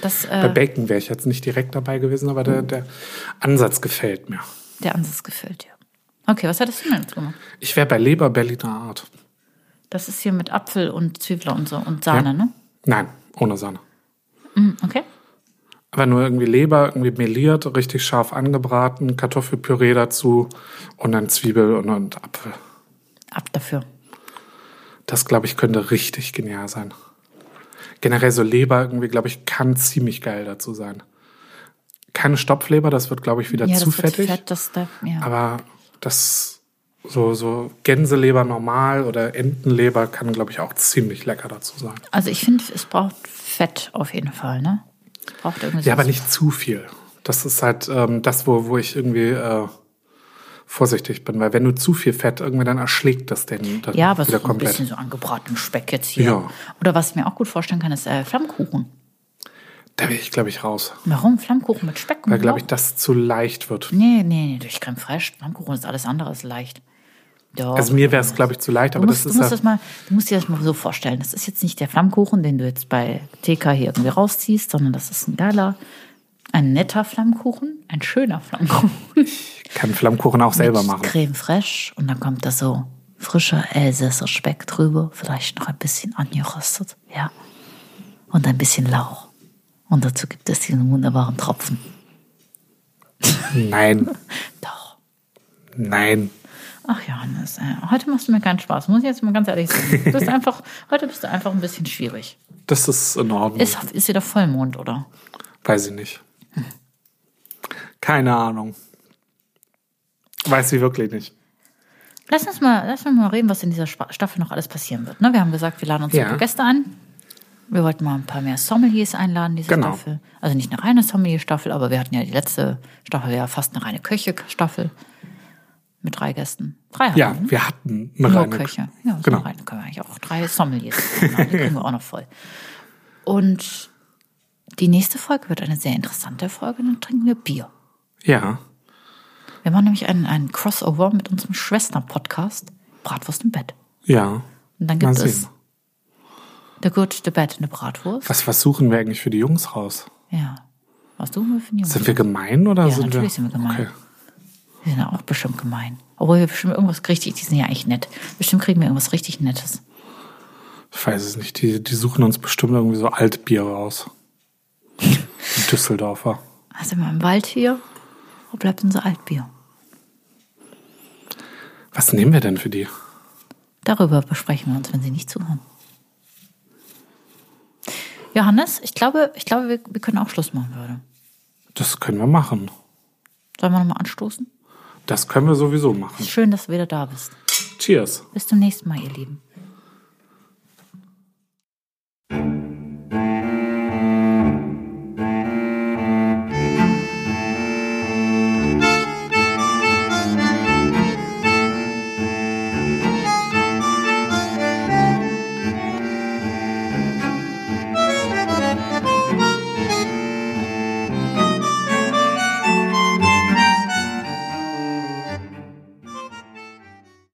Das,
Bei
äh,
Bacon wäre ich jetzt nicht direkt dabei gewesen, aber der, der Ansatz gefällt mir.
der Ansatz gefällt dir. Okay, was hattest du denn jetzt gemacht?
Ich wäre bei Leber Berliner Art.
Das ist hier mit Apfel und Zwiebel und so und Sahne,
Ja.
ne?
Nein, ohne Sahne.
Mm, okay.
Aber nur irgendwie Leber, irgendwie meliert, richtig scharf angebraten, Kartoffelpüree dazu und dann Zwiebel und, und Apfel.
Ab dafür.
Das, glaube ich, könnte richtig genial sein. Generell so Leber irgendwie, glaube ich, kann ziemlich geil dazu sein. Keine Stopfleber, das wird, glaube ich, wieder
ja,
zu
das wird
fettig.
fett, das da, ja.
Aber das so, so Gänseleber normal oder Entenleber kann, glaube ich, auch ziemlich lecker dazu sein.
Also ich finde, es braucht Fett auf jeden Fall, ne? Es braucht irgendwie
Ja, aber
so-
nicht zu viel. Das ist halt ähm, das, wo, wo ich irgendwie äh, vorsichtig bin, weil wenn du zu viel Fett irgendwie dann erschlägt das den dann
Ja, aber so
wieder
ein
komplett.
bisschen so angebratenen Speck jetzt hier.
Ja.
Oder was ich mir auch gut vorstellen kann, ist äh, Flammkuchen.
Da wäre ich, glaube ich, raus.
Warum Flammkuchen mit Speck? und
Weil, glaube ich,
Lauch?
das zu leicht wird.
Nee, nee, nee, durch Creme Fraiche, Flammkuchen ist alles andere ist leicht. Doch.
Also mir wäre es, glaube ich, zu leicht,
du
aber
musst,
das
du,
ist
musst
halt,
das mal, du musst dir das mal so vorstellen. Das ist jetzt nicht der Flammkuchen, den du jetzt bei TK hier irgendwie rausziehst, sondern das ist ein geiler, ein netter Flammkuchen, ein schöner Flammkuchen.
kann Flammkuchen auch selber
Mit
machen.
Creme fraiche und dann kommt da so frischer Elsässer Speck drüber, vielleicht noch ein bisschen angeröstet, ja. Und ein bisschen Lauch. Und dazu gibt es diesen wunderbaren Tropfen.
Nein,
Doch.
nein.
Ach Johannes, äh, heute machst du mir keinen Spaß, muss ich jetzt mal ganz ehrlich sagen. Du bist einfach, heute bist du einfach ein bisschen schwierig.
Das ist in Ordnung.
Ist, ist wieder Vollmond, oder?
Weiß ich nicht. Keine Ahnung. Weiß ich wirklich nicht.
Lass uns mal, lass uns mal reden, was in dieser Spa- Staffel noch alles passieren wird. Ne? Wir haben gesagt, wir laden uns
Ja.
ein paar Gäste ein. Wir wollten mal ein paar mehr Sommeliers einladen, diese
Genau.
Staffel. Also nicht eine reine Sommelier-Staffel, aber wir hatten ja die letzte Staffel ja fast eine reine Köche-Staffel mit drei Gästen. Drei hatten
Ja,
wir, ne?
wir hatten eine
Nur
reine
Köche. Ja, so
genau.
rein können wir eigentlich auch. Drei Sommeliers. Genau, die kriegen wir auch noch voll. Und die nächste Folge wird eine sehr interessante Folge. Dann trinken wir Bier.
Ja,
Wir machen nämlich einen, einen Crossover mit unserem Schwestern-Podcast Bratwurst im Bett.
ja.
Und dann
Mal
gibt
sehen.
es der Gurt, der Bett, eine Bratwurst.
Was, was suchen wir eigentlich für die Jungs raus?
Ja. Was du mir für einen Jungen?
Sind wir gemein oder
Ja,
sind wir?
natürlich sind wir gemein.
Okay.
Wir sind ja auch bestimmt gemein. Obwohl wir bestimmt irgendwas richtig, die sind ja eigentlich nett. Bestimmt kriegen wir irgendwas richtig Nettes.
Ich weiß es nicht. Die, die suchen uns bestimmt irgendwie so Altbier raus. Die Düsseldorfer.
Also mal im Wald hier, wo bleibt unser Altbier?
Was nehmen wir denn für die?
Darüber besprechen wir uns, wenn Sie nicht zuhören. Johannes, ich glaube, ich glaube wir, wir können auch Schluss machen, würde.
Das können wir machen.
Sollen wir nochmal anstoßen?
Das können wir sowieso machen.
Schön, dass du wieder da bist.
Cheers.
Bis zum nächsten Mal, ihr Lieben.